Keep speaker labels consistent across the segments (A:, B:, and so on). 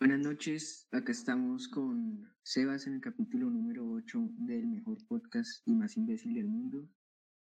A: Buenas noches, acá estamos con Sebas en el capítulo número 8 del mejor podcast y más imbécil del mundo.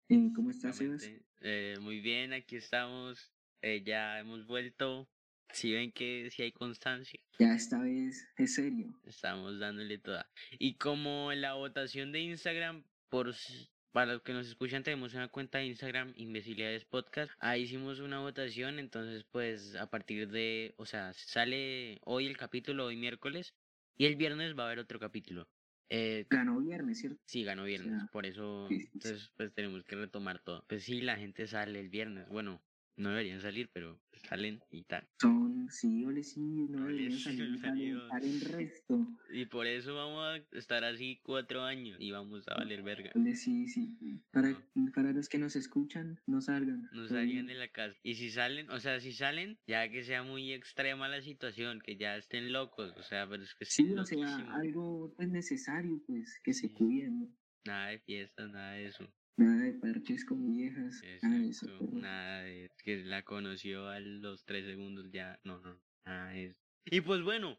A: Eh, ¿Cómo estás, Sebas?
B: Exactamente. Eh, muy bien, aquí estamos. eh, ya hemos vuelto. Si ven que si hay constancia,
A: Ya esta vez es serio.
B: estamos dándole toda. Y como en la votación de Instagram, por s- para los que nos escuchan, tenemos una cuenta de Instagram, Imbecilidades Podcast. Ahí hicimos una votación, entonces pues a partir de, o sea, sale hoy el capítulo, hoy miércoles, y el viernes va a haber otro capítulo. Eh,
A: Ganó viernes, ¿cierto?
B: Sí, ganó viernes,
A: sea,
B: por eso
A: sí, sí, sí.
B: entonces pues tenemos que retomar todo. Pues sí, la gente sale el viernes, bueno, no deberían salir, pero salen y tal.
A: Son, sí, ole, sí, no
B: Ole,
A: deberían
B: sí,
A: salir a
B: salió.
A: calentar el resto.
B: Y por eso vamos a estar así cuatro años y vamos a valer verga.
A: Ole, sí, sí. Para, para los que nos escuchan, no salgan. Eh,
B: No salgan de la casa. Y si salen, o sea, si salen, ya que sea muy extrema la situación, que ya estén locos, o sea, pero es que
A: Sí,
B: estén
A: o sea,
B: loquísimos.
A: algo pues necesario, pues, que se
B: Sí.
A: cuiden, ¿no?
B: Nada de fiestas, nada de eso.
A: Nada de parches con viejas. nada de eso,
B: Exacto,
A: perro.
B: nada de que la conoció a los tres segundos ya, no, no, nada de eso. Y pues bueno,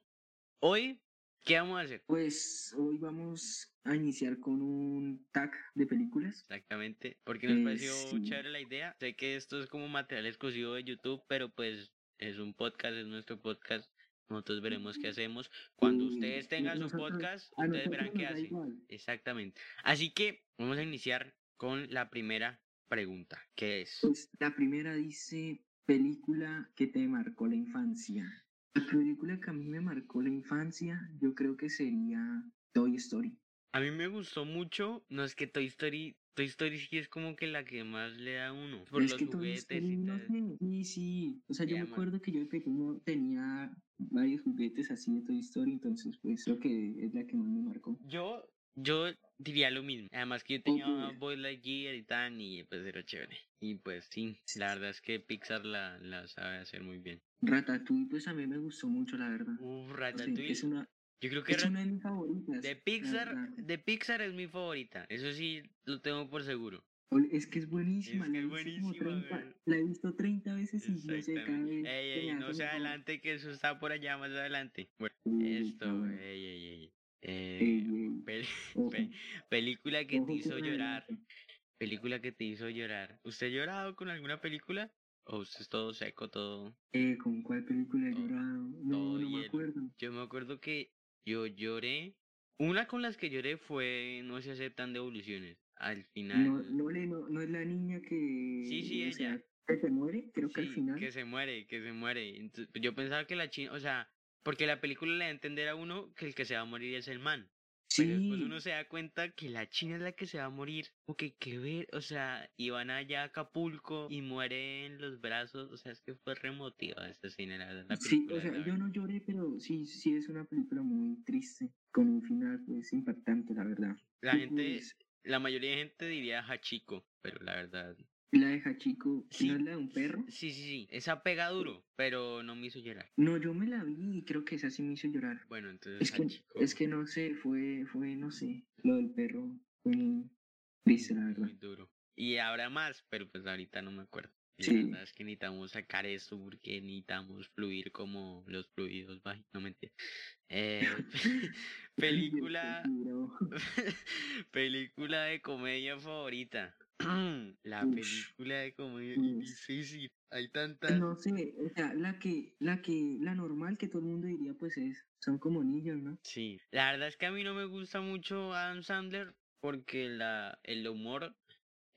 B: hoy, ¿qué vamos a hacer?
A: Pues hoy vamos a iniciar con un tag de películas.
B: Exactamente, porque nos
A: Eh,
B: pareció
A: sí.
B: chévere la idea. Sé que esto es como material exclusivo de YouTube, pero pues es un podcast, es nuestro podcast. Nosotros veremos qué hacemos. Cuando
A: Sí,
B: ustedes tengan su
A: nosotros-
B: podcast,
A: A
B: ustedes
A: nosotros
B: verán
A: nos
B: qué
A: da
B: hacen.
A: igual.
B: Exactamente. Así que vamos a iniciar con la primera pregunta, que es...
A: Pues la primera dice película que te marcó la infancia. La película que a mí me marcó la infancia, yo creo que sería Toy Story.
B: A mí me gustó mucho, no es que Toy Story, Toy Story sí es como que la que más le da a uno por
A: Es
B: los
A: que Toy
B: juguetes
A: Story,
B: y
A: no
B: tal.
A: sé, Sí, sí. O sea,
B: Y
A: yo me
B: además-
A: acuerdo que yo de pequeño tenía varios juguetes así de Toy Story, entonces pues creo que es la que más me marcó.
B: Yo, yo diría lo mismo. Además que yo tenía
A: Ok.
B: Boy Lightyear y tan y pues era chévere. Y pues sí, la verdad es que Pixar la, la sabe hacer muy bien.
A: Ratatouille, pues a mí me gustó mucho, la verdad.
B: Uf,
A: O sea,
B: Ratatouille.
A: Pues es una,
B: Yo creo que
A: es
B: Rat-
A: una de mis favoritas.
B: de
A: la
B: Pixar,
A: verdad.
B: de Pixar es mi favorita. Eso sí lo tengo por seguro.
A: Ol- Es que es buenísima.
B: Es que
A: la,
B: es
A: he visto como
B: buenísima,
A: 30
B: güey.
A: la he visto 30 veces y no sé, cada vez.
B: Exactamente. Ey,
A: que
B: ey,
A: me
B: no
A: hace
B: se
A: mejor.
B: adelante que eso está por allá más adelante. Bueno,
A: Uy,
B: esto,
A: cabrón.
B: ey, ey, ey. Eh,
A: Ey, ey,
B: pel-
A: ojo,
B: pe- película que
A: ojo
B: te hizo
A: con
B: llorar.
A: adelante.
B: Película que te hizo llorar. ¿Usted ha llorado con alguna película? ¿O usted es todo seco, todo?
A: Eh, ¿Con cuál película he
B: Todo-
A: llorado? No,
B: todo
A: no me
B: hielo.
A: acuerdo.
B: Yo me acuerdo que yo lloré. Una con las que lloré fue No se aceptan devoluciones. Al final.
A: No, no, le- no, no es la niña que.
B: Sí, sí,
A: o sea,
B: ella.
A: que se muere, creo que al
B: Sí,
A: final.
B: que se muere, que se muere. Entonces, yo pensaba que la china, o sea, porque la película le da a entender a uno que el que se va a morir es el man. Pero después
A: Sí.
B: uno se da cuenta que la china es la que se va a morir. O que qué ver, o sea, y van allá a Acapulco y muere en los brazos. O sea, es que fue remotiva esa escena, la verdad. La
A: Sí,
B: película,
A: o sea,
B: la
A: yo
B: verdad.
A: no lloré, pero sí, sí es una película muy triste, con un final pues impactante, la verdad.
B: La
A: Y,
B: gente,
A: pues,
B: la mayoría de gente diría Hachiko, pero la verdad.
A: la de Hachiko, ¿que
B: Sí.
A: ¿no es la de un perro?
B: Sí, sí, sí, esa pega duro, pero no me hizo llorar.
A: No, yo me la vi y creo que esa sí me hizo llorar.
B: Bueno, entonces
A: Es que,
B: Hachiko.
A: es que no sé, fue, fue, no sé, lo del perro fue muy triste, la verdad.
B: Muy duro. Y habrá más, pero pues ahorita no me acuerdo. La
A: Sí.
B: verdad es que necesitamos sacar esto porque necesitamos fluir como los fluidos, vai, no mentira. Eh, película,
A: Ay, Dios, qué duro.
B: película de comedia favorita. la
A: Ush.
B: película de comedia
A: Uy.
B: y difícil. Hay tantas.
A: No sé, o sea, la que, la que, la normal que todo el mundo diría pues es, son como niños, ¿no?
B: Sí. La verdad es que a mí no me gusta mucho Adam Sandler porque la, el humor,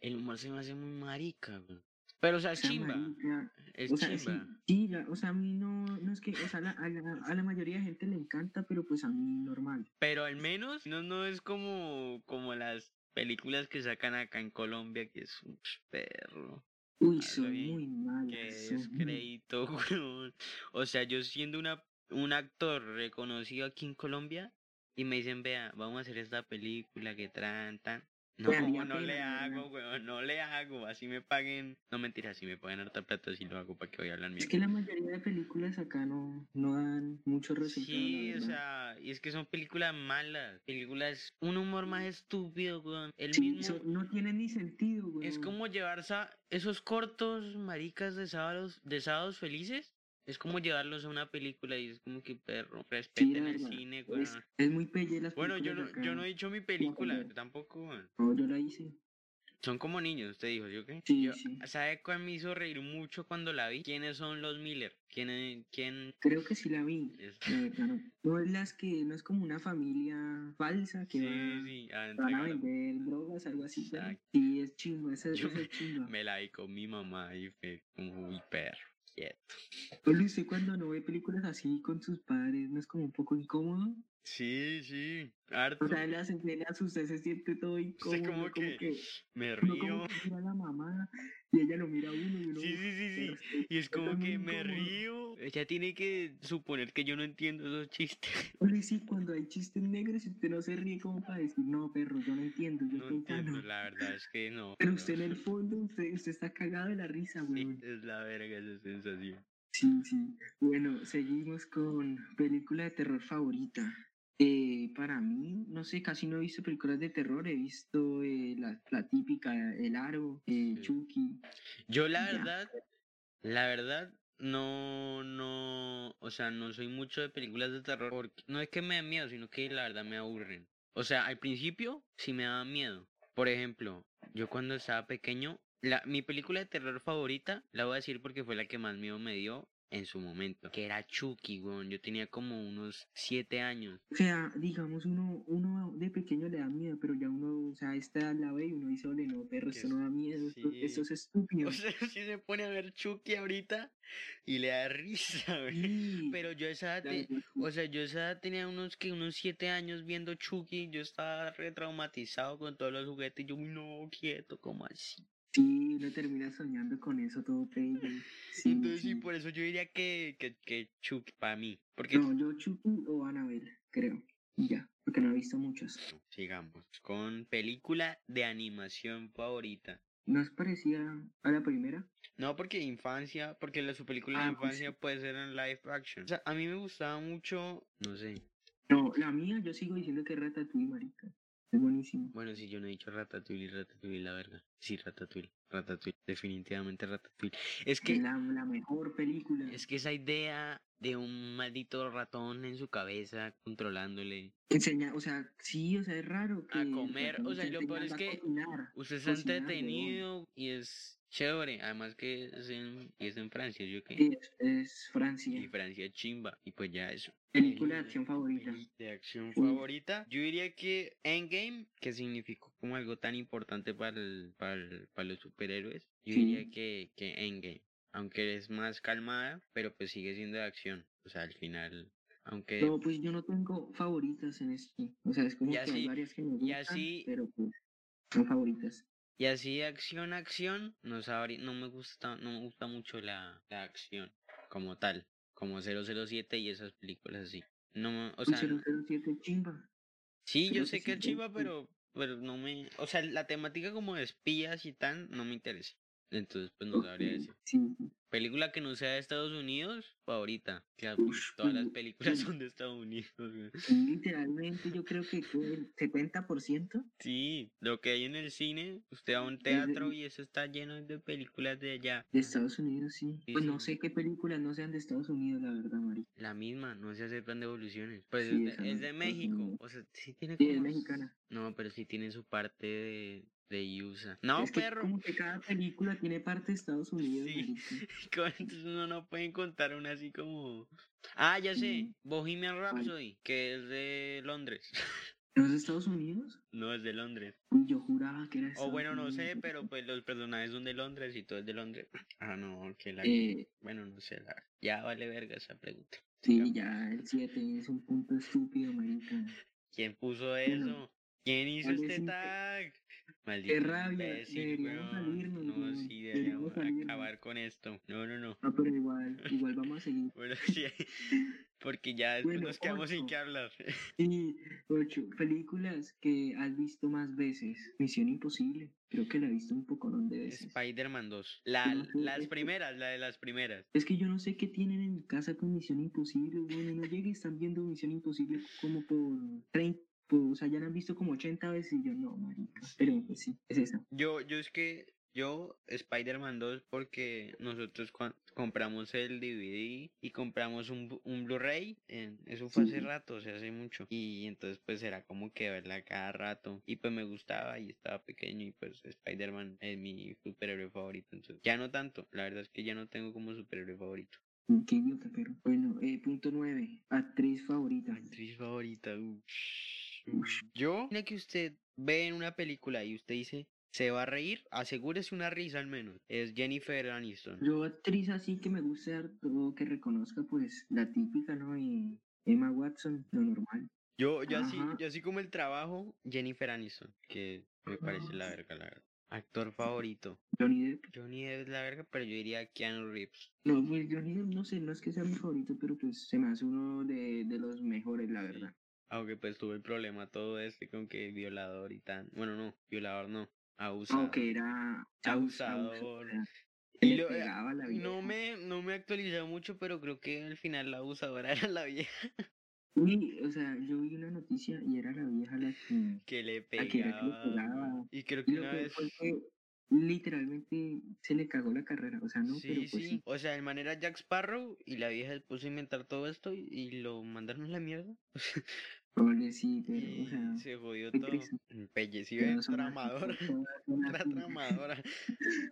B: el humor se me hace muy marica, güey. Pero o sea,
A: O
B: es
A: sea,
B: chimba.
A: marica,
B: Es
A: O sea, sí,
B: chimba.
A: sí, la- o sea, a mí no, no es que, o sea, la- a, la, a la mayoría de gente le encanta, pero pues a mí normal.
B: Pero al menos no, no es como, como las películas que sacan acá en Colombia, que es un perro,
A: Uy,
B: Ah,
A: son
B: bien,
A: muy malas.
B: que es
A: son muy-
B: crédito, weón. O sea, yo siendo una, un actor reconocido aquí en Colombia, y me dicen, vea, vamos a hacer esta película que tratan. No,
A: Te haría
B: no le
A: pena, ¿verdad?
B: hago, weón, no le hago. Así me paguen. No mentira, si me pagan harta plata, sí lo hago para que voy a hablar
A: Es
B: mierda.
A: que la mayoría de películas acá no, no dan mucho resultado. la
B: Sí, o
A: verdad.
B: sea, y es que son películas malas, películas, un humor más estúpido, weón. El
A: Sí,
B: mismo,
A: son- no tiene ni sentido, güey.
B: es como llevarse a esos cortos maricas de sábados, de sábados felices, Es como llevarlos a una película y es como que perro, respeten el
A: verdad,
B: cine, weón.
A: Es, es muy pelle las
B: Ah. Bueno, yo no,
A: películas
B: yo
A: acá.
B: no he dicho mi película,
A: ver.
B: tampoco, weón.
A: No, yo la hice.
B: Son como niños, usted dijo, ¿yo qué?
A: Sí,
B: Yo-
A: sí.
B: ¿Sabe cuál me hizo reír mucho cuando la vi? ¿Quiénes son los Miller? ¿Quién, es- quién
A: Creo que sí la vi.
B: es?
A: la verdad, no. No es las que, no es como una familia falsa que
B: Sí,
A: va-
B: sí, ah,
A: van a
B: entregala.
A: vender drogas, algo así. pero
B: Exacto.
A: Sí, es chimba, esa,
B: Yo
A: esa es chimba.
B: Me la vi con mi mamá y fue como, uy, perro, quieto.
A: Oye, ¿usted cuando no ve películas así con sus padres no es como un poco incómodo?
B: Sí, sí, harto.
A: O sea, en las escenas usted se siente todo incómodo,
B: como
A: como
B: que
A: que
B: Me
A: uno como
B: río.
A: que mira a la mamá y ella lo mira a uno y uno...
B: Sí, sí, sí, sí.
A: pero es
B: Y es como
A: muy
B: que me
A: incómodo.
B: río. Ella tiene que suponer que yo no entiendo esos chistes.
A: Oye, sí, cuando hay chistes negros y usted no se ríe como para decir, no, perro, yo Ah, no entiendo, yo
B: No
A: estoy
B: entiendo,
A: sano.
B: la verdad es que no.
A: Pero
B: no.
A: usted en el fondo, usted, usted está cagado de la risa,
B: Sí,
A: weón.
B: es la verga esa sensación.
A: Sí, sí. Bueno, seguimos con película de terror favorita. Eh, para mí, no sé, casi no he visto películas de terror. He visto eh, la, la típica, El Aro, eh,
B: Sí.
A: Chucky.
B: Yo la
A: Ya.
B: verdad, la verdad, no, no, o sea, no soy mucho de películas de terror. Porque, no es que me den miedo, sino que la verdad me aburren. O sea, al principio sí me daba miedo. Por ejemplo, yo cuando estaba pequeño, la, mi película de terror favorita, la voy a decir porque fue la que más miedo me dio en su momento. Que era Chucky, weón. Yo tenía como unos siete años.
A: O sea, digamos, uno, uno de pequeño le da miedo, pero ya uno, o sea, esta edad la ve y uno dice, ole, no, perro,
B: Que
A: esto no da miedo, esto,
B: sí.
A: esto es estúpido.
B: O sea, si se pone a ver Chucky ahorita y le da risa, güey.
A: Sí,
B: Pero yo a esa edad
A: la
B: te-
A: verdad, sí.
B: O sea, yo a esa edad tenía unos que unos siete años viendo Chucky, yo estaba retraumatizado con todos los juguetes, yo no quieto, como así.
A: Sí, uno termina soñando con eso todo pelle. Sí,
B: Entonces sí,
A: sí.
B: por eso yo diría que, que, que Chucky para mí. Porque
A: No, yo Chucky o Annabelle, creo. Y ya, porque no he visto muchas.
B: sigamos con película de animación favorita.
A: ¿No es parecida a la primera?
B: No, porque infancia, porque la, su película de
A: Ah, pues sí.
B: infancia puede ser en live action. O sea, a mí me gustaba mucho, no sé.
A: No, la mía yo sigo diciendo que es Ratatouille, marica. Es buenísimo.
B: Bueno, sí, yo no he dicho Ratatouille, Ratatouille, la verga. Sí, Ratatouille, Ratatouille, definitivamente Ratatouille. Es que
A: Es la, la mejor película.
B: Es que esa idea de un maldito ratón en su cabeza controlándole.
A: Enseña, o sea, sí, o sea, es raro que...
B: A comer, o sea,
A: que
B: lo
A: te
B: peor es
A: manda a
B: que-
A: cocinar.
B: Usted está
A: Cocinar, huevón.
B: entretenido y es chévere. Además que es en, y es en Francia, yo qué.
A: Sí, es, es Francia.
B: eh, Y Francia es chimba. Y pues ya eso.
A: Película de acción favorita.
B: Peli De acción
A: Sí.
B: favorita. Yo diría que Endgame, que significó como algo tan importante para, el- para, el- para los superhéroes. Yo
A: Sí.
B: diría que, que Endgame. Aunque es más calmada, pero pues sigue siendo de acción. O sea, al final. Aunque
A: No, pues yo no tengo favoritas en esto. O sea, es como
B: Y
A: que hay
B: así-
A: varias que me
B: y
A: gustan,
B: así-
A: pero pues no favoritas.
B: Y así de acción a acción, no sabría, no me gusta, no me gusta mucho la, la acción como tal, como 007 y esas películas así. No, me- o
A: Un
B: sea,
A: 007 chimba.
B: sí, yo
A: creo
B: sé
A: que
B: que es
A: sí,
B: chiva,
A: es-
B: pero, pero no me, o sea, la temática como de espías y tan, no me interesa. Entonces, pues no sabría
A: Ok,
B: decir.
A: Sí, sí.
B: Película que no sea de Estados Unidos, favorita. Claro, pues,
A: Ush,
B: todas las
A: pues,
B: películas
A: sí.
B: son de Estados Unidos. güey.
A: Sí, literalmente yo creo que fue el 70%.
B: Sí, lo que hay en el cine, usted va a un
A: de-
B: teatro y eso está lleno de películas de allá.
A: De Estados Unidos, sí.
B: Sí,
A: Pues
B: sí,
A: no
B: sí.
A: sé qué películas no sean de Estados Unidos, la verdad, Mari.
B: La misma, no se aceptan devoluciones. Pues
A: Sí,
B: es,
A: esa
B: de, es
A: no-
B: de
A: esa no
B: México.
A: es.
B: O sea, sí tiene
A: Sí, es
B: como-
A: mexicana.
B: No, pero sí tiene su parte de, de USA. No,
A: es que
B: perro.
A: como que cada película tiene parte de Estados Unidos,
B: Sí.
A: marica.
B: ¿cómo Entonces uno no puede contar una así como. Ah, ya sé.
A: Mm.
B: Bohemian Rhapsody, que es de Londres.
A: ¿No es de Estados Unidos?
B: no es de Londres.
A: Uy, yo juraba que era de
B: O
A: Estados
B: bueno, no sé,
A: Unidos,
B: pero pues los personajes son de Londres y todo es de Londres. Ah, no, que la.
A: Eh,
B: Bueno, no sé. la- Ya vale verga esa pregunta.
A: sí, ya el 7 es un punto estúpido, marica.
B: ¿Quién puso
A: Bueno,
B: eso? ¿Quién hizo
A: ¿cuál es
B: este
A: un pe-
B: tag? Maldito
A: rabia,
B: imbécil,
A: deberíamos
B: weón.
A: salirnos,
B: No,
A: weón,
B: sí,
A: deberíamos
B: deberíamos
A: salirnos.
B: acabar con esto. No, no, no.
A: No, pero igual, igual vamos a seguir.
B: Bueno, sí, porque ya después
A: Bueno,
B: nos quedamos sin
A: ocho.
B: que hablar.
A: Y ocho, películas que has visto más veces. Misión Imposible. Creo que la he visto un poco de veces.
B: Spider-Man 2. La,
A: Pero tú,
B: las
A: esto-
B: primeras, la de las primeras.
A: Es que yo no sé qué tienen en mi casa con Misión Imposible, bueno, no llega y están viendo Misión Imposible como por 30, por- o sea, ya la han visto como 80 veces y yo no, marica, pero pues sí, es esa.
B: Yo, yo es que Yo, Spider-Man 2, porque nosotros cua- compramos el DVD y compramos un, bu- un Blu-ray. eh, Eso fue hace
A: Ujú.
B: rato, o sea, hace mucho. Y entonces, pues era como que verla cada rato. Y pues me gustaba y estaba pequeño. Y pues Spider-Man es mi superhéroe favorito. Entonces, ya no tanto. La verdad es que ya no tengo como superhéroe favorito.
A: Mm, Qué idiota, pero. Bueno, eh, punto 9. Actriz favorita.
B: Actriz favorita. uff.
A: Ush.
B: Yo, mira que usted ve en una película y usted dice, se va a reír, asegúrese una risa al menos. Es Jennifer Aniston.
A: Yo, actriz así que me guste harto, o que reconozca, pues, la típica, ¿no? Eh, Emma Watson, lo normal.
B: Yo, yo así,
A: Ajá.
B: yo así como el trabajo, Jennifer Aniston, que me parece la verga, la verdad. Actor favorito.
A: Johnny Depp.
B: Johnny Depp es la verga, pero yo diría Keanu Reeves.
A: No, pues Johnny Depp, no sé, no es que sea mi favorito, pero pues se me hace uno de, de los mejores, la verdad.
B: Aunque pues tuve el problema todo este con que violador y tan. Bueno, no, violador no. Abusador.
A: Aunque era
B: Abusador.
A: Y
B: Y
A: le
B: lo- eh,
A: pegaba a la vida.
B: No me, no me he actualizado mucho, pero creo que al final la abusadora era la vieja
A: Uy, o sea, yo vi una noticia y era la vieja la que.
B: que le
A: La que era que le
B: pegaba.
A: pegaba.
B: Y creo que
A: Y lo
B: Mm. una
A: peor
B: vez.
A: fue que literalmente se le cagó la carrera, o sea, no,
B: sí,
A: pero pues
B: sí.
A: sí.
B: O sea, el man era Jack Sparrow y la vieja se puso a inventar todo esto y, y lo mandaron a la mierda.
A: Pobrecito, o
B: Y
A: sea.
B: se jodió
A: qué
B: todo. Mm,
A: triste.
B: Embellecido,
A: quedó
B: era
A: sola,
B: tramadora.
A: quedó sola, sola.
B: Era tramadora.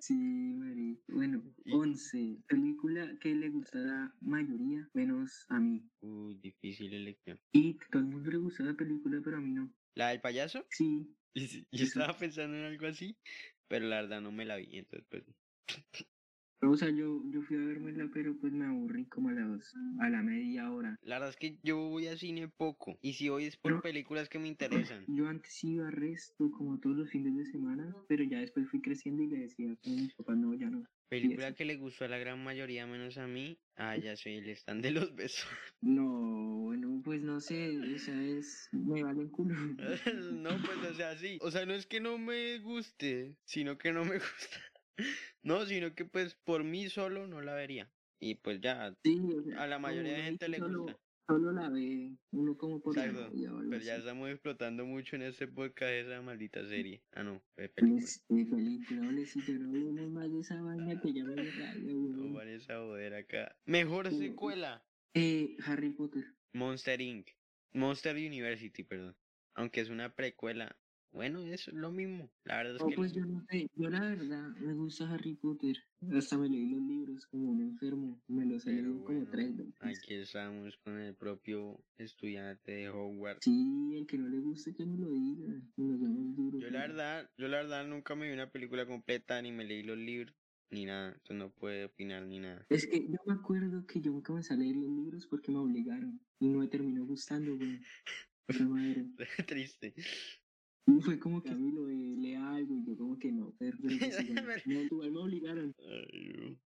A: Sí, Mari. Bueno,
B: Y-
A: 11. Película que le gusta a la mayoría, menos a mí.
B: Uy, difícil elección.
A: Y todo el mundo le gusta la película, pero a mí no.
B: ¿La del payaso?
A: Sí,
B: Y sí, Yo
A: Esa.
B: estaba pensando en algo así, pero la verdad no me la vi, entonces pues.
A: o sea, yo, yo fui a vérmela, pero pues me aburrí como a las a la media hora.
B: La verdad es que yo voy a cine poco. Y si voy es por
A: No.
B: películas que me interesan.
A: Yo antes iba a resto como todos los fines de semana, pero ya después fui creciendo y le decía a mis papás, no, ya no.
B: Película que le gustó a la gran mayoría menos a mí. Ah, ya soy el stand de los besos.
A: No, bueno, pues no sé, esa es, me vale el culo.
B: no, pues o sea, sí. O sea, no es que no me guste, sino que no me gusta. no, sino que pues por mí solo no la vería. Y pues ya,
A: Sí, o sea,
B: a la
A: como
B: mayoría de
A: uno
B: gente le
A: solo-
B: gusta.
A: Solo la ve uno como por la
B: Exacto,
A: media o algo
B: Pero pues, ya
A: así.
B: estamos explotando mucho en este podcast esa maldita
A: Mm.
B: serie. Ah, no, eh, película.
A: Pues, de película, ole, si te no hablemos más de esa vaina que ya me dio rabia,
B: No
A: weón.
B: van esa joder acá. Mejor
A: Pero-
B: secuela.
A: Eh, Harry Potter.
B: Monster Inc. Monster University, perdón. Aunque es una precuela. Bueno, es lo mismo. La verdad es
A: No,
B: que
A: pues yo no sé, yo la verdad me gusta Harry Potter. Hasta me leí los libros como un enfermo. Me los he
B: Pero
A: leído como
B: bueno,
A: tres veces.
B: aquí estamos con el propio estudiante de Hogwarts.
A: Sí, el que no le guste que me lo diga. Nos vemos duro.
B: Yo la
A: pero-
B: verdad, yo la verdad nunca me vi una película completa, ni me leí los libros, ni nada. Entonces no puedo opinar ni nada.
A: Es que yo me acuerdo que yo me comencé a leer los libros porque me obligaron. Y no me terminó gustando, güey. Puta madre.
B: Triste.
A: Y fue como que a mí lo de lea algo y yo como que no, pero pues, igual- no, igual me obligaron.
B: Ay, no.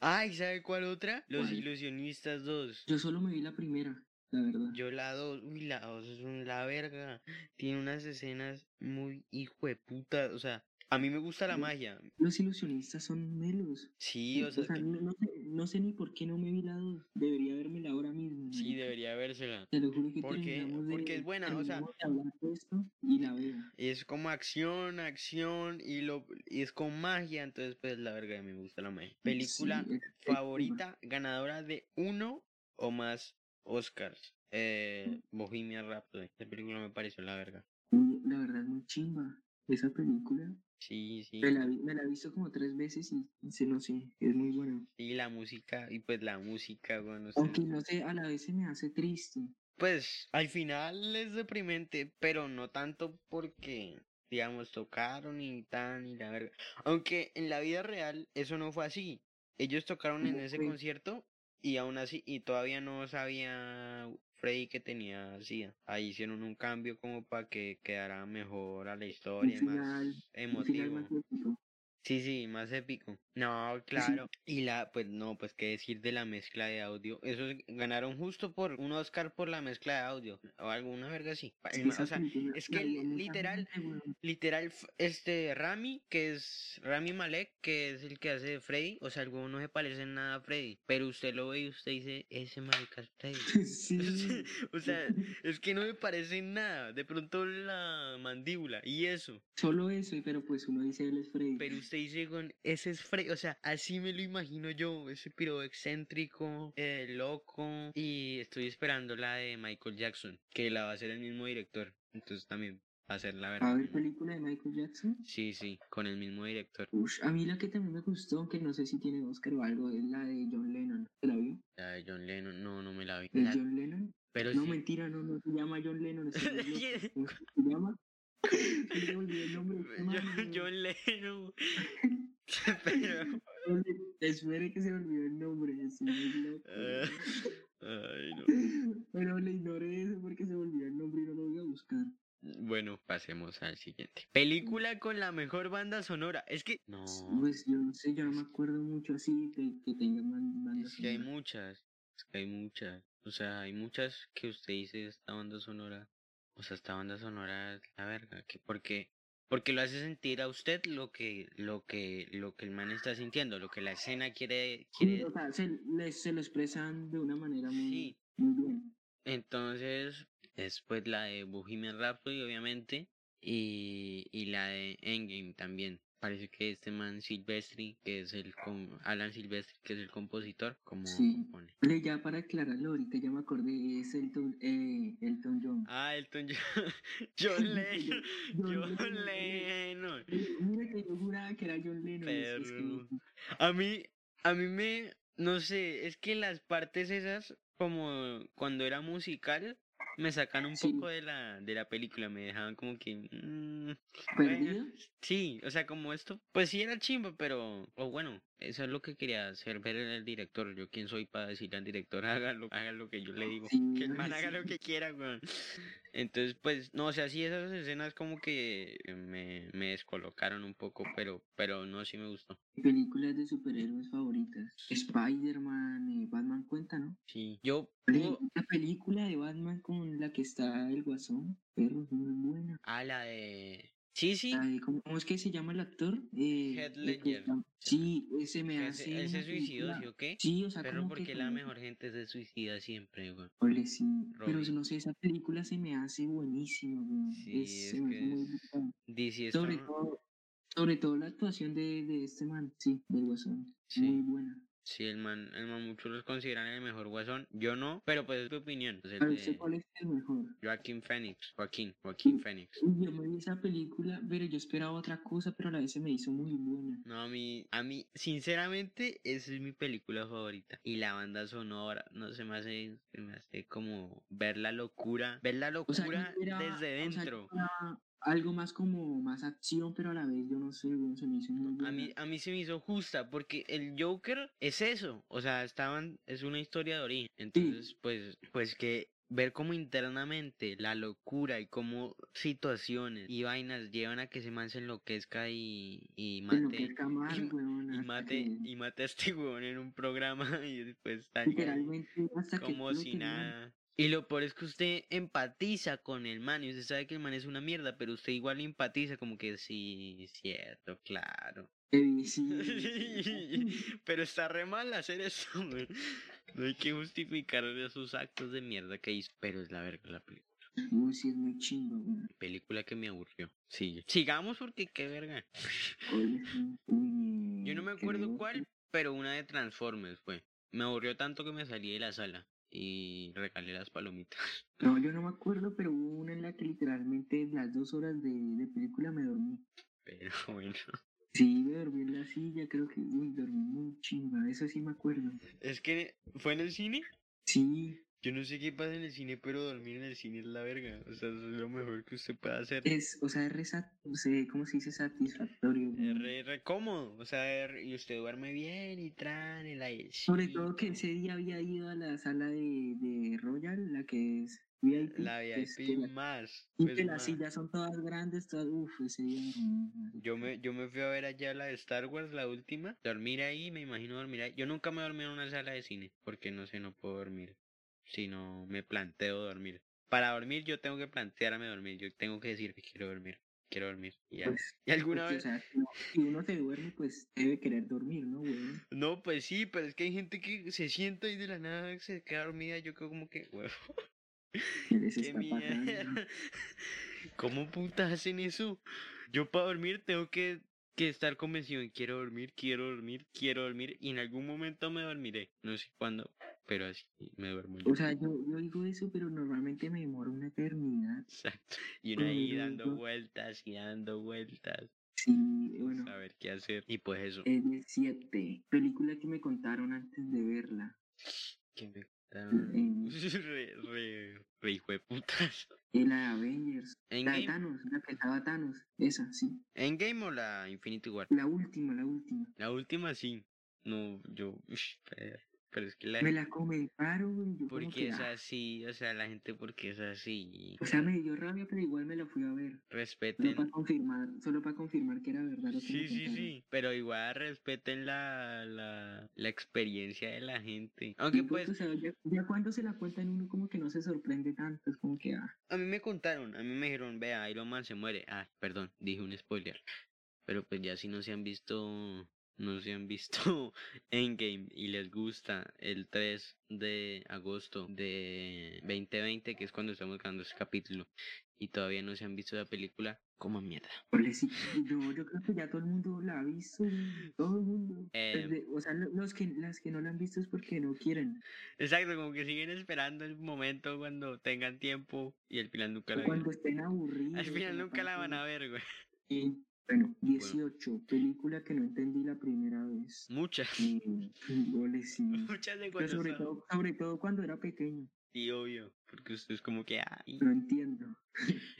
B: Ay, ¿sabe cuál otra? Los
A: ¿Cuál?
B: ilusionistas 2.
A: Yo solo me vi la primera, la verdad.
B: Yo la dos, uy, la dos es un- la verga. Tiene unas escenas muy hijo de puta. O sea, a mí me gusta la
A: Yo-
B: magia.
A: Los ilusionistas son melos.
B: Sí, o sea, que-
A: Pues, no, no sé, no sé ni por qué no me vi la dos. Debería verme ahora mismo.
B: sí,
A: marica.
B: debería vérsela.
A: Te lo juro que
B: ¿Por qué?
A: terminamos de-
B: Porque es buena, o sea-
A: terminamos de hablar de esto y la veo.
B: Es como acción, acción y lo y es con magia, entonces pues la verga me gusta la magia. Película
A: Sí, es- es buena.
B: favorita ganadora de uno o más Oscars. Eh, Bohemia Rhapsody. Esta película me pareció la verga.
A: Uy, La verdad es muy chimba. Esa película.
B: Sí, sí.
A: Me la, vi- me la he visto como tres veces y, y se no sé, es muy buena.
B: Y la música, y pues la música, bueno,
A: Aunque no sé, a la vez se me hace triste.
B: Pues al final es deprimente, pero no tanto porque, digamos, tocaron y tan y la verga. Aunque en la vida real eso no fue así. Ellos tocaron en
A: ¿Cómo
B: ese
A: fue?
B: concierto y aún así, y todavía no sabía Freddy que tenía SIDA. Ahí hicieron un cambio como para que quedara mejor a la historia, más
A: final- Al final
B: emotivo.
A: más épico.
B: Sí, sí, más épico. No, claro. Y la, pues no, pues qué decir de la mezcla de audio. Eso ganaron justo por un Oscar por la mezcla de audio. O alguna verga así. Pa-
A: Sí,
B: el ma-
A: esa
B: o sea,
A: película
B: es
A: la
B: que
A: vio
B: li-
A: mucha
B: literal,
A: gente, weón.
B: literal, f- este Rami, que es Rami Malek, que es el que hace de Freddy. O sea, algunos no se parece en nada a Freddy. Pero usted lo ve y usted dice, ese marica es Freddy.
A: Sí.
B: o sea, es que no me parece en nada. De pronto la mandíbula y eso.
A: Solo eso, pero pues uno dice él es Freddy.
B: Pero usted dice, weón, ese es Freddy, o sea, así me lo imagino yo, ese piro excéntrico, eh, loco, y estoy esperando la de Michael Jackson, que la va a hacer el mismo director, entonces también va a ser la
A: A
B: verdad.
A: ver, película de Michael Jackson.
B: Sí, sí, con el mismo director.
A: Ush, a mí la que también me gustó, aunque no sé si tiene Oscar o algo, es la de John Lennon. ¿Te la vio?
B: La de John Lennon, no, no me la vi.
A: ¿De
B: La-
A: John Lennon?
B: pero
A: Pues No,
B: sí.
A: mentira, no, no se llama John Lennon. estoy muy loco. ¿Cómo se llama? Se me olvidó el nombre. este man,
B: John, John Lennon. pero...
A: John Lennon. Espere que se me olvidó el nombre. estoy muy loco.
B: eh, ay, no.
A: Pero le ignoré eso porque se me olvidó el nombre y no lo voy a buscar.
B: Bueno, pasemos al siguiente. Película con la mejor banda sonora. Es que... No.
A: Pues yo no sé, yo no me acuerdo mucho así de que tengan ban- bandas.
B: Es que hay
A: sonoras.
B: muchas, es que hay muchas. O sea, hay muchas que usted dice esta banda sonora. O sea, esta banda sonora es la verga, que porque porque lo hace sentir a usted lo que lo que lo que el man está sintiendo, lo que la escena quiere
A: Sí,
B: quiere
A: o sea, se, les- se lo expresan de una manera muy,
B: sí.
A: muy bien.
B: Entonces, es pues la de Bohemian Rhapsody, obviamente, y, y la de Endgame también. Parece que este man Silvestri, que es el com- Alan Silvestri, que es el compositor, como
A: Sí.
B: compone.
A: Pero ya para aclararlo, ahorita ya me acordé, es Elton, eh, Elton John.
B: Ah, Elton John. John Lennon.
A: John
B: John
A: Lennon.
B: Lennon.
A: Eh, Mira que yo juraba que era John Lennon. es- es que no.
B: Perro. A mí, a mí me, no sé, es que las partes esas, como cuando era musical, me sacan un
A: Sí.
B: poco de la, de la película, me dejaban como que... mm,
A: ¿Perdido?
B: bueno, sí, o sea, como esto, pues sí era chimba, pero, o bueno, eso es lo que quería hacer ver el director, yo quién soy para decirle al director, hágalo, haga lo que yo le digo.
A: Sí,
B: Que el man
A: sí.
B: haga lo que quiera, weón. Entonces, pues, no, o sea, sí, esas escenas como que me, me descolocaron un poco, pero, pero no, sí me gustó.
A: Películas de superhéroes favoritas. Spider-Man, eh, Batman cuenta, ¿no?
B: Sí, yo,
A: La
B: puedo-
A: película de Batman con la que está el guasón, pero es muy buena.
B: ah, la de, sí, sí,
A: La de- ¿cómo, cómo es que se llama el actor? Eh,
B: Heath
A: el que
B: Ledger.
A: está- Sí, ese me
B: él
A: hace.
B: se- él se
A: una
B: suicidó,
A: película.
B: ¿sí o qué?
A: Sí, o sea,
B: Pero
A: como
B: porque
A: que
B: la
A: como-
B: mejor gente se suicida siempre, weón.
A: Ole, sí, pero
B: Robin.
A: no sé, esa película se me hace buenísima, weón.
B: Sí,
A: Es-
B: es
A: se me
B: que
A: hace muy
B: es-
A: bacana.
B: DC
A: Sobre
B: Storm,
A: todo, sobre todo la actuación de, de este man, sí, del guasón. Muy
B: sí.
A: buena.
B: Sí, el man, el man, muchos los consideran el mejor guasón. Yo no, pero pues es tu opinión. Pues el
A: A ver, ¿usted
B: de
A: cuál es el mejor?
B: Joaquin Phoenix, Joaquín, Joaquín
A: Sí.
B: Phoenix.
A: Uy, Yo me vi esa película, pero yo esperaba otra cosa, pero a la vez se me hizo muy buena.
B: No, a mí, a mí, sinceramente, esa es mi película favorita. Y la banda sonora, no se me hace, se me hace como ver la locura, ver la
A: O sea, yo
B: locura
A: esperaba-
B: desde
A: o sea, yo
B: dentro.
A: esperaba algo más como más acción, pero a la vez yo no sé, weón, se me hizo muy buena.
B: A mí, a mí se me hizo justa, porque el Joker es eso, o sea, estaban, es una historia de origen. Entonces, pues, pues que ver cómo internamente la locura y cómo situaciones y vainas llevan a que ese man se enloquezca y, y
A: Que no
B: mate.
A: crezca más,
B: y-
A: weón,
B: Y
A: hasta
B: mate,
A: que-
B: y mate a este huevón en un programa y después salga ahí
A: Literalmente hasta que
B: como
A: explote,
B: si
A: weón.
B: nada. Y lo peor es que usted empatiza con el man y usted sabe que el man es una mierda, pero usted igual empatiza como que sí, cierto, claro.
A: Eh, sí,
B: Pero está re mal hacer eso, güey. No hay que justificar esos actos de mierda que hizo. Pero es la verga la peli-
A: Uy, sí, es muy chingo, weón.
B: película que me aburrió. Sigue. Sigamos porque qué verga.
A: Oye, sí. Uy,
B: Yo no me
A: eh,
B: acuerdo
A: creo
B: cuál,
A: que-
B: pero una de Transformers fue. Me aburrió tanto que me salí de la sala y regalé las palomitas.
A: No, yo no me acuerdo, pero hubo una en la que literalmente las dos horas de, de película me dormí.
B: Pero bueno.
A: Sí, me dormí en la silla, creo que uy, dormí muy chinga, eso sí me acuerdo.
B: Es que fue en el cine.
A: Sí,
B: Yo no sé qué pasa en el cine, pero dormir en el cine es la verga. O sea, eso es lo mejor que usted puede hacer.
A: es, o sea, es re sat- no sé, ¿cómo se dice satisfactorio?
B: Es
A: weón.
B: re, re cómodo, o sea, er- y usted duerme bien y tran, el aire.
A: Sobre todo que ese día había ido a la sala de, de Royal, la que es VIP,
B: La
A: que es
B: VIP
A: que la-
B: más.
A: y
B: pues,
A: que las
B: más.
A: sillas son todas grandes, todas, uff, ese día dormí, weón.
B: Yo me, yo me fui a ver allá la de Star Wars, la última. Dormir ahí, me imagino dormir ahí. Yo nunca me dormí en una sala de cine, porque no sé, no puedo dormir. Si no me planteo dormir. Para dormir yo tengo que plantearme dormir, yo tengo que decir que quiero dormir, quiero dormir. Y, ya.
A: Pues,
B: ¿Y alguna
A: porque,
B: vez...
A: O sea, si uno- si uno se duerme, pues debe querer dormir, ¿no, weón?
B: No, pues sí, pero es que hay gente que se sienta y de la nada se queda dormida, yo creo como que... "Huevo".
A: ¿Qué les
B: ¡Qué
A: está pasando?
B: mierda! ¿Cómo putas hacen eso? Yo para dormir tengo que que estar convencido en quiero dormir, quiero dormir, quiero dormir y en algún momento me dormiré. No sé cuándo, pero así me duermo. yo.
A: O sea, yo, yo digo eso, pero normalmente me demoro una eternidad.
B: Exacto. Y uno ahí
A: Pero
B: dando
A: no-
B: vueltas y dando vueltas.
A: Sí, bueno, Eh,
B: Saber qué hacer. Y pues eso.
A: el 7, película que me contaron antes de verla.
B: Que me contaron. re, re, re hijo de putas.
A: Eh, La de Avengers. La de
B: ¿Endgame?
A: Thanos, la que estaba Thanos. Esa, sí.
B: ¿Endgame o la Infinity War?
A: La última, la última.
B: La última sí. No, yo. ush, pero- pero es que la.
A: Me la comentaron. y Yo como
B: Eh. Porque
A: que,
B: es
A: ah.
B: así, o sea, la gente porque es así.
A: O sea, me dio rabia, pero igual me la fui a ver. Solo
B: Respeten.
A: para confirmar, solo para confirmar que era verdad lo que me
B: Sí, sí,
A: contaron.
B: sí. Pero igual respeten la, la, la experiencia de la gente. Aunque
A: Y
B: pues,
A: o sea, ya, ya cuando se la cuentan uno como que no se sorprende tanto, es como que, ah,
B: a mí me contaron, a mí me dijeron, vea, Iron Man se muere. Ah, perdón, dije un spoiler. Pero pues ya si no se han visto, no se han visto Endgame y les gusta el 3 de agosto de 2020, que es cuando estamos grabando ese capítulo, y todavía no se han visto la película, como mierda.
A: ole, sí, yo, yo creo que ya todo el mundo la ha visto, y todo el mundo.
B: Eh,
A: Desde- o sea, lo- los que, las que no la han visto es porque no quieren.
B: Exacto, como que siguen esperando el momento cuando tengan tiempo y al final nunca
A: O
B: la ven.
A: cuando estén aburridos.
B: Al final
A: o
B: nunca la van
A: pasen-
B: a ver, güey.
A: Y, bueno, 18, película que no entendí la primera vez.
B: Muchas.
A: Y, ole, sí.
B: Muchas de
A: Pero
B: cuando
A: sobre
B: son-
A: todo, sobre todo cuando era pequeño,
B: Sí, obvio. Porque usted es como que. ay.
A: no entiendo.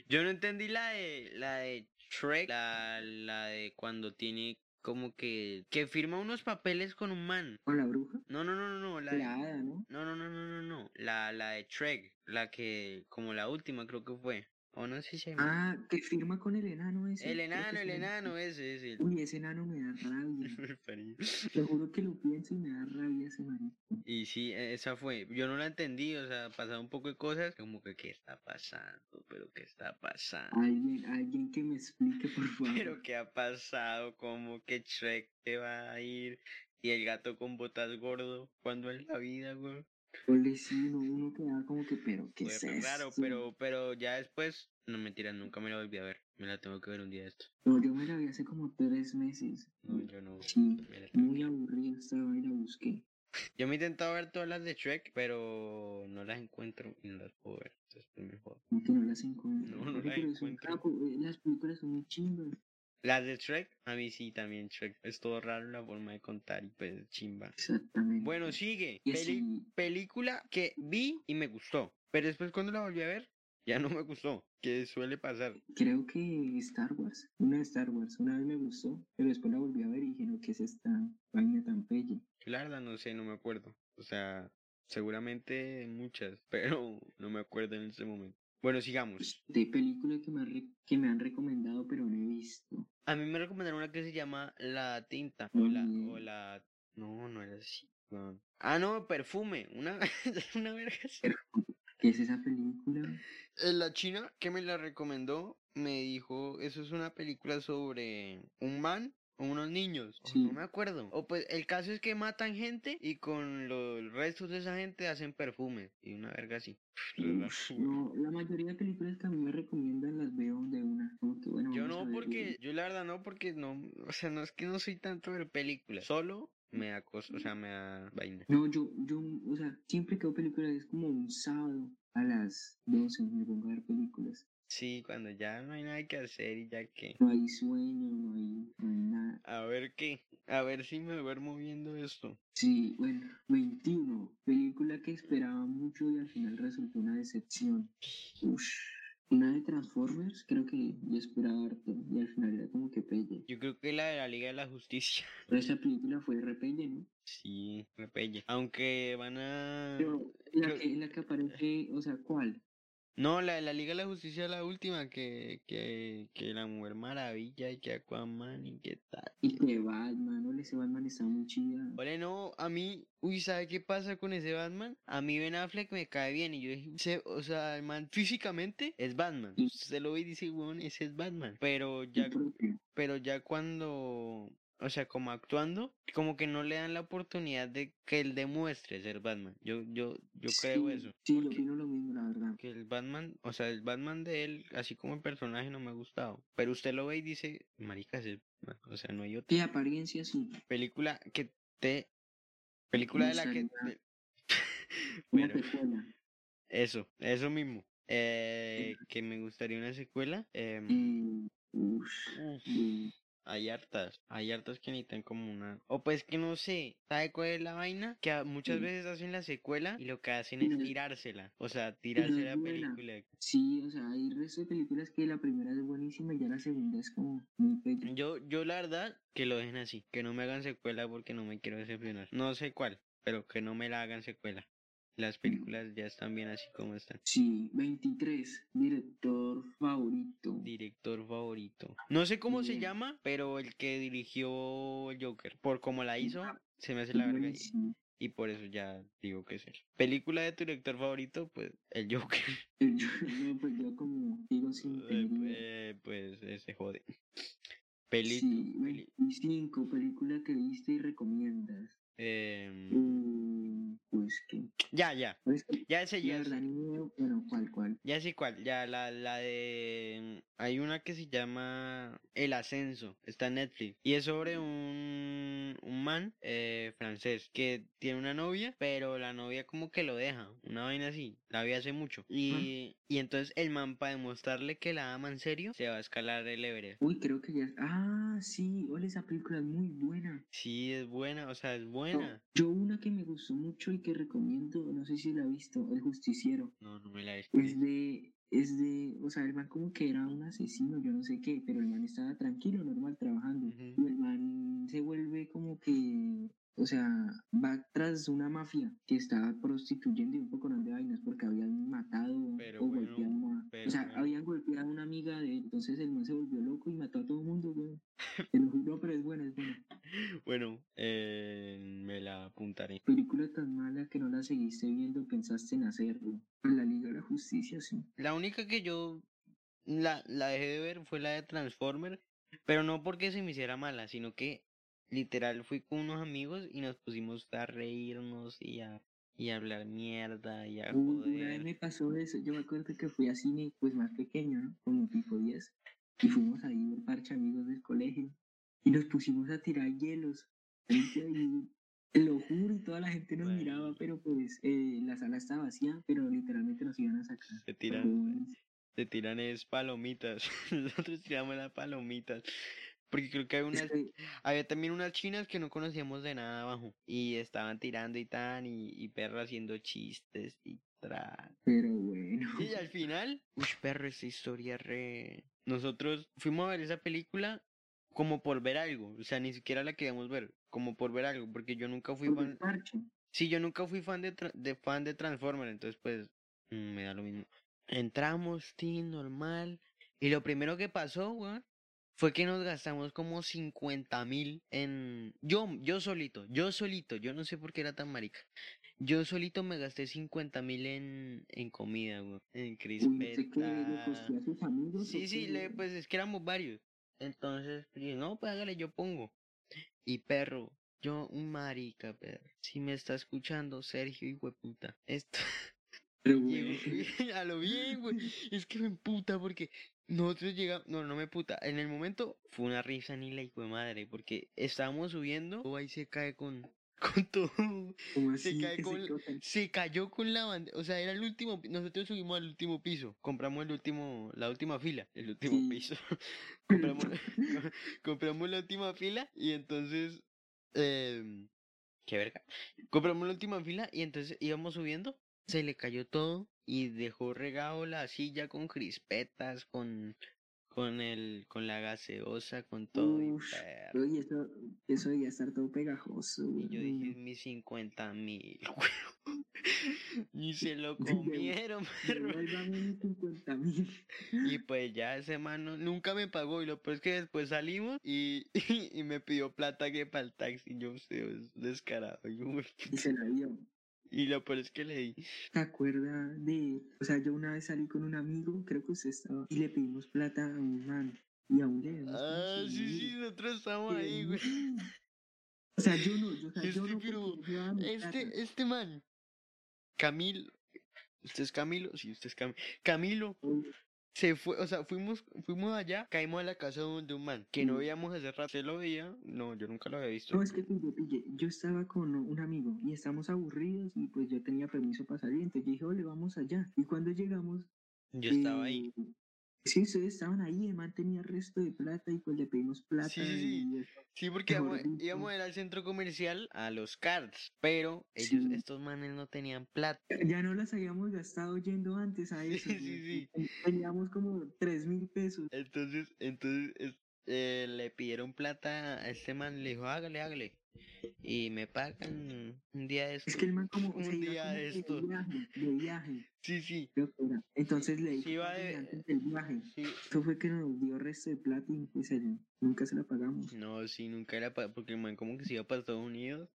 B: Yo no entendí la de. La de Shrek. La, la de cuando tiene como que. Que firma unos papeles con un man.
A: ¿Con la bruja?
B: No, no, no, no, no. La de-
A: La hada, ¿no?
B: No, no, no, no, no, no. La, la de Shrek. La que. Como la última, creo que fue. O no sé si se llama.
A: Ah, que firma con el enano ese.
B: el
A: creo que
B: enano,
A: se
B: el
A: llama.
B: enano, ese, ese. el-
A: Uy, ese enano me da rabia.
B: Me parí.
A: Te juro que lo pienso y me da rabia ese marido.
B: Y sí, e- esa fue. Yo no la entendí, o sea, pasaron un poco de cosas. Como que, ¿qué está pasando? ¿Pero qué está pasando?
A: Alguien, alguien que me explique, por favor.
B: ¿Pero qué ha pasado? Como que Shrek te va a ir? Y el gato con botas gordo. cuando es la vida, güey?
A: Ole, sí, uno, uno queda como que, pero qué
B: Fue
A: es
B: re Pues raro,
A: esto?
B: pero, pero ya después. No mentiras, nunca me la volví a ver. Me la tengo que ver un día de esto.
A: No, yo me la vi hace como tres meses.
B: No, yo no.
A: Sí,
B: me la tengo que
A: muy
B: ver.
A: aburrida estaba y la busqué.
B: Yo me he intentado ver todas las de Shrek, pero no las encuentro y no las puedo ver. Entonces, pues, mejor.
A: Como que no las encuentro.
B: No, no
A: Ole,
B: la
A: pero es un
B: encuentro.
A: capo, eh, las películas son muy chimbas.
B: Las de Shrek, a mí sí también Shrek. Es todo raro la forma de contar y pues chimba.
A: Exactamente.
B: Bueno, sigue.
A: y
B: Peli-
A: así,
B: película que vi y me gustó. Pero después cuando la volví a ver, ya no me gustó. Que suele pasar.
A: creo que Star Wars, una de Star Wars, una vez me gustó, pero después la volví a ver y dije, no, ¿qué es esta vaina tan bella?
B: Yo La verdad no sé, no me acuerdo. O sea, seguramente muchas, pero no me acuerdo en ese momento. Bueno, sigamos.
A: de películas Pues, que me, han re- que me han recomendado pero no he visto.
B: A mí me recomendaron una que se llama La Tinta. O la...
A: Mm.
B: O la... No, no era así. weón. Ah, no, perfume. Una, una verga así.
A: ¿Qué es esa película?
B: Eh, La china que me la recomendó me dijo, eso es una película sobre un man o unos niños. o
A: Sí.
B: No me acuerdo. O pues el caso es que matan gente y con los restos de esa gente hacen perfume. Y una verga así.
A: Uf, no, la mayoría de películas que a mí me recomiendan las veo de una. Como que, bueno,
B: Yo
A: vamos a
B: no
A: ver,
B: porque, yo la verdad no porque no, o sea, no es que no soy tanto de películas. Solo me da cosa, o sea, me da vaina.
A: No, yo, yo, o sea, siempre que veo películas es como un sábado a las 12 me pongo a ver películas.
B: Sí, cuando ya no hay nada que hacer y ya que...
A: No hay sueño, no hay, no hay nada.
B: A ver qué, a ver si me duermo viendo esto.
A: Sí, bueno, 21. Película que esperaba mucho y al final resultó una decepción. Ush. Una de Transformers, creo que yo esperaba harto y al final era como que pelle.
B: Yo creo que la de la Liga de la Justicia.
A: Pero esa película fue re pelle, ¿no?
B: Sí, repelle. Aunque van a.
A: Pero la
B: creo-
A: que, la que aparece, o sea, ¿cuál?
B: No, la de la Liga de la Justicia es la última. Que, que, que la Mujer Maravilla y que Aquaman y que tal.
A: Y que Batman, ole, ese Batman está muy chida.
B: Ole, no, a mí. Uy, ¿sabe qué pasa con ese Batman? A mí Ben Affleck me cae bien. Y yo dije, "Se- o sea, el man físicamente es Batman.
A: Sí.
B: Usted lo ve y dice, weón, ese es Batman. Pero
A: Muy
B: ya,
A: propio.
B: pero ya cuando. o sea, como actuando, como que no le dan la oportunidad de que él demuestre ser Batman. Yo, yo, yo creo
A: Sí,
B: eso.
A: Sí, yo
B: porque-
A: opino lo mismo, la verdad.
B: que el Batman, o sea, el Batman de él, así como el personaje, no me ha gustado. Pero usted lo ve y dice, marica, es Batman", o sea, no hay otra
A: Sí, apariencia sí.
B: película que te... Película de la que...
A: Gustaría.
B: te-
A: Una
B: Bueno,
A: secuela.
B: eso, eso mismo. Eh, que me gustaría una secuela. em,
A: Eh, ush,
B: uf,
A: eh,
B: hay hartas, hay hartas que necesitan como una... O pues que no sé, ¿sabe cuál es la vaina? Que a- muchas
A: Sí.
B: veces hacen la secuela y lo que hacen
A: Y
B: es
A: no-
B: tirársela. O sea, tirarse la
A: buena.
B: película.
A: sí, o sea, hay resto de películas que la primera es buenísima y ya la segunda es como muy bella.
B: Yo, yo la verdad que lo dejen así, que no me hagan secuela porque no me quiero decepcionar. No sé cuál, pero que no me la hagan secuela. Las
A: Mm.
B: películas ya están bien así como están.
A: Sí, 23, director favorito.
B: Director favorito. No sé cómo se
A: Bien.
B: llama, pero el que dirigió el Joker, por cómo la hizo,
A: Mm.
B: se me hace la verga.
A: Ah,
B: Y,
A: Buenísimo.
B: y por eso ya digo que es él. Película de tu director favorito, pues el Joker.
A: Eh, Yo, no, pues yo como digo sin
B: Eh,
A: tener ni-
B: eh, pues ese jode. Peli,
A: Sí,
B: peli-
A: 25, película que viste y recomiendas.
B: em,
A: Eh, pues que.
B: ya, ya.
A: Pues que
B: Ya ese
A: la
B: ya.
A: verdad, ni me- bueno, ¿cuál, cuál?
B: Ya sé cuál, ya la, la de... Hay una que se llama El Ascenso, está en Netflix. Y es sobre un, un man eh, francés que tiene una novia, pero la novia como que lo deja, una vaina así, la vi hace mucho. Y, y entonces el man para demostrarle que la ama en serio, se va a escalar el Everest.
A: Uy, creo que ya. Ah, sí, hola, esa película es muy buena.
B: Sí, es buena, o sea, es
A: No,
B: buena.
A: yo una que me gustó mucho y que recomiendo, no sé si la has visto, El Justiciero.
B: No, no me la he visto.
A: Es de, es de, o sea, el man como que era un asesino, yo no sé qué, pero el man estaba tranquilo, normal, trabajando.
B: Ujú.
A: Y el man se vuelve como que, o sea, va tras una mafia que estaba prostituyendo y un poco de vainas porque habían matado
B: Pero
A: o
B: bueno,
A: golpeado a-
B: pero
A: o sea,
B: bueno.
A: habían golpeado a una amiga de él, entonces el man se volvió loco y mató a todo el mundo, güey. Te lo juro, pero es buena, es buena.
B: Bueno, eh, me la apuntaré.
A: Película tan mala que no la seguiste viendo, pensaste en hacerlo. Pues La Liga de la Justicia, sí.
B: La única que yo la, la dejé de ver fue la de Transformer, pero no porque se me hiciera mala, sino que literal fui con unos amigos y nos pusimos a reírnos y a, y a hablar mierda y a
A: Uy, Una vez
B: joder.
A: me pasó eso, yo me acuerdo que fui a cine, pues más pequeño, ¿no? Como tipo 10, y fuimos ahí un parche amigos del colegio, y nos pusimos a tirar hielos, marica, y te lo juro, y toda la gente nos
B: Bueno.
A: miraba, pero pues eh, la sala estaba vacía, pero literalmente nos iban a sacar.
B: Se
A: Pero
B: tiran,
A: bueno,
B: se tiran es palomitas. Nosotros tiramos las palomitas. Porque creo que había,
A: es
B: unas,
A: que
B: había también unas chinas que no conocíamos de nada abajo. Y estaban tirando y tan, y, y perra haciendo chistes y tras.
A: Pero bueno,
B: Y al final, uy, perro, esa historia re. Nosotros fuimos a ver esa película como por ver algo, o sea, ni siquiera la queríamos ver, como por ver algo, porque yo nunca fui
A: por el
B: fan.
A: parche,
B: Sí, yo nunca fui fan de, tra- de fan de Transformers, entonces pues mm, me da lo mismo. Entramos, tin, normal, y lo primero que pasó, weón, fue que nos gastamos como 50 mil en... Yo, yo solito, yo solito, yo no sé por qué era tan marica. Yo solito me gasté 50 mil en, en comida, weón,
A: uy, no sé
B: en
A: qué, le
B: crispeta.
A: costó a sus amigos. o
B: Sí, sí,
A: qué,
B: le,
A: güey.
B: pues es que éramos varios. Entonces, dije, no, pues hágale, yo pongo. Y perro, yo, un marica, perro. Si me está escuchando, Sergio, hijo de puta. Esto,
A: Pero
B: llegó
A: bueno,
B: bien, a lo bien, güey. Es que me puta porque nosotros llegamos, no, no me puta. En el momento fue una risa ni la hijo de madre, porque estábamos subiendo, o ahí se cae con, con todo.
A: como
B: se
A: así
B: cae
A: que
B: con-
A: se tocan.
B: Se cayó con la bandera, o sea, era el último, pi- nosotros subimos al último piso, compramos el último, la última fila, el último
A: Sí.
B: piso, compramos, la- compramos la última fila y entonces, em, qué verga, compramos la última fila y entonces íbamos subiendo, se le cayó todo y dejó regado la silla con crispetas, con, con el, con la gaseosa, con todo y
A: Ush,
B: perro.
A: Oye, eso, eso debía estar todo pegajoso,
B: Y
A: güey.
B: yo
A: uy,
B: dije
A: no.
B: mis 50 mil, Y se lo
A: Dije,
B: comieron, perro.
A: Devuélvame mis 50 mil.
B: Y pues ya ese mano nunca me pagó. Y lo peor es que después salimos y, y, me pidió plata que para el taxi. Yo sé, es descarado. yo, güey.
A: Y se la dio.
B: y lo peor es que le di.
A: ¿Te acuerdas de.? O sea, yo una vez salí con un amigo, creo que usted estaba, y le pedimos plata a un man. Y aún le debemos
B: Ah, sí,
A: conseguir.
B: sí, nosotros estamos
A: Pero
B: ahí, güey.
A: no. O sea, yo no, yo, o sea, yo
B: Este,
A: no
B: pero,
A: porque yo daba mi plata.
B: Este, este man, Camilo, ¿usted es Camilo? Sí, usted es Camilo. Camilo se fue, o sea, fuimos, fuimos allá, caímos a la casa de un, de un man que no
A: Mm.
B: veíamos hace rato. ¿Usted lo veía? No, yo nunca lo había visto.
A: No, es que pille, pille, yo estaba con un amigo y estamos aburridos y pues yo tenía permiso para salir, entonces yo dije, ole, vamos allá. Y cuando llegamos...
B: Yo estaba ahí.
A: eh, Sí, ustedes estaban ahí, el man tenía resto de plata y pues le pedimos plata.
B: Sí, sí,
A: y-
B: Sí, porque
A: mejor
B: íbamos,
A: dicho.
B: íbamos a ir al centro comercial a los cards, pero ellos,
A: Sí.
B: estos manes no tenían plata.
A: Ya no las habíamos gastado yendo antes a
B: Sí,
A: eso.
B: sí,
A: güey. Teníamos como tres mil pesos.
B: Entonces, entonces es- eh, le pidieron plata a este man, le dijo, hágale, hágale. Y me pagan un día de
A: Es que el man como
B: Un
A: se iba
B: día
A: como
B: de
A: que
B: esto.
A: de viaje, de viaje.
B: Sí, sí.
A: creo que era. Entonces le
B: Sí,
A: dije
B: va de-
A: antes del viaje.
B: sí.
A: Eso fue que nos dio resto de plata y pues el- nunca se la pagamos.
B: No, sí, nunca era pa- porque el man como que se iba para Estados Unidos.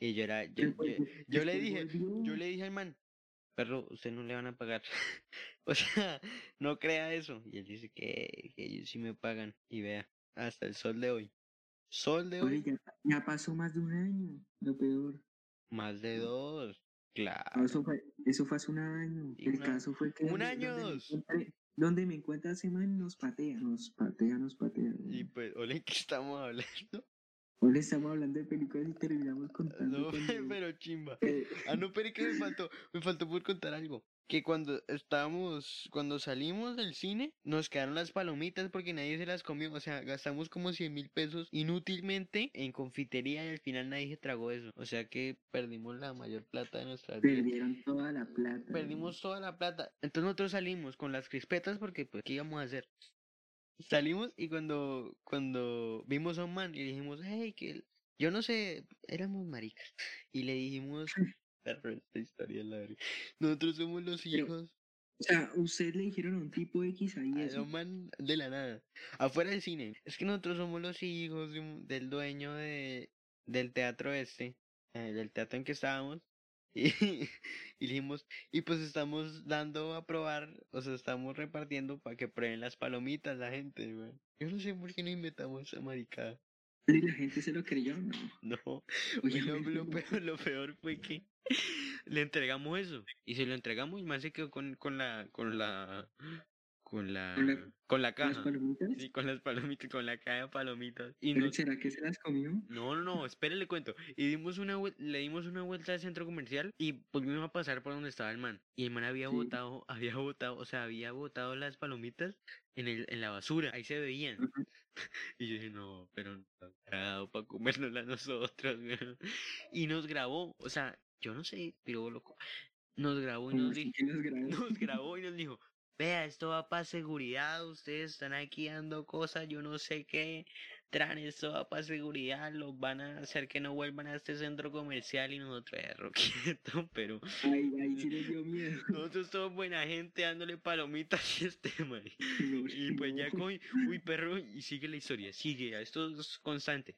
B: Y yo era, yo,
A: Después-
B: yo- yo le dije,
A: después volvió.
B: yo le dije al man, perro, usted no le van a pagar. o sea, no crea eso. Y él dice que, que ellos sí me pagan. Y vea, hasta el sol de hoy. Sol de
A: Oye,
B: hoy.
A: ya, ya pasó más de un año, lo peor.
B: Más de dos.
A: Ah,
B: Claro.
A: Eso fue, eso fue hace un año.
B: Y
A: El
B: una-
A: caso fue que.
B: un
A: donde-
B: año,
A: donde me
B: dos.
A: encuentre- Donde me encuentra ese man nos patea, nos patea, nos patea.
B: Y pues, ole, que estamos hablando?
A: Hoy le estamos hablando de películas y terminamos contando.
B: No,
A: cuando-
B: pero chimba.
A: Eh,
B: Ah, no, pero que me faltó, me faltó por contar algo. Que cuando estábamos, cuando salimos del cine, nos quedaron las palomitas porque nadie se las comió. O sea, gastamos como 100 mil pesos inútilmente en confitería y al final nadie se tragó eso. O sea que perdimos la mayor plata de nuestra vida.
A: Perdieron toda la plata. güey.
B: Perdimos toda la plata. Entonces nosotros salimos con las crispetas porque pues, ¿qué íbamos a hacer? Salimos y cuando, cuando vimos a un man y dijimos, hey, que el-". yo no sé, éramos maricas. Y le dijimos, "Perro, esta historia es la verga. Nosotros somos los
A: Pero,
B: hijos
A: O sea, ustedes le dijeron a un tipo X ahí
B: a
A: eso.
B: un man de la nada. Afuera del cine. Es que nosotros somos los hijos de un- del dueño de, del teatro este, eh, del teatro en que estábamos. Y, y dijimos, y pues estamos dando a probar, o sea, estamos repartiendo para que prueben las palomitas la gente, güey. Yo no sé por qué no inventamos esa maricada.
A: Y la gente se lo creyó, ¿no?
B: No.
A: Oye,
B: Oye, lo,
A: amigo,
B: lo peor, lo peor fue que le entregamos eso. Y se lo entregamos y más se quedó con, con la. con la. con la.
A: Con la-
B: con la
A: ¿Las
B: caja.
A: palomitas?
B: Sí, con las palomitas, con la caja de palomitas. Y
A: ¿Pero
B: nos-
A: ¿Será que se las comió?
B: No, no, no, espere, le cuento. Y dimos una vuel- le dimos una vuelta al centro comercial y volvimos a pasar por donde estaba el man. Y el man había
A: Sí.
B: botado, había botado, o sea, había botado las palomitas en, el, en la basura. Ahí se veían.
A: Ajá.
B: Y yo dije, no, pero no para comérnosla a nosotros. weón". Y nos grabó, o sea, yo no sé, pero loco. Nos grabó y
A: Como
B: nos
A: así
B: dijo,
A: que las grabó.
B: nos grabó y nos dijo, vea, esto va para seguridad, ustedes están aquí dando cosas, yo no sé qué, tran, esto va para seguridad, los van a hacer que no vuelvan a este centro comercial y nosotros, "Perro, quieto", pero
A: Ahí, ahí sí les dio miedo.
B: nosotros somos buena gente dándole palomitas y este man.
A: No,
B: Y pues ya
A: no.
B: con, uy perro, y sigue la historia, sigue, esto es constante.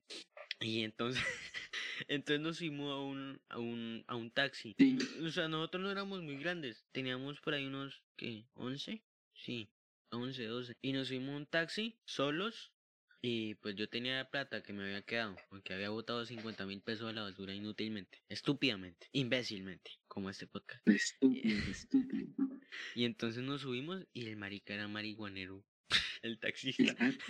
B: Y entonces, entonces nos fuimos a un, a un, a un taxi.
A: Sí,
B: O sea, nosotros no éramos muy grandes. Teníamos por ahí unos, ¿qué? ¿11? Sí, 11, 12. Y nos fuimos a un taxi solos. Y pues yo tenía la plata que me había quedado. Porque había botado 50 mil pesos a la basura inútilmente. Estúpidamente. Imbécilmente. Como este podcast.
A: estúpido, estúpido.
B: Y entonces nos subimos y el marica era marihuanero. el taxista.
A: Exacto.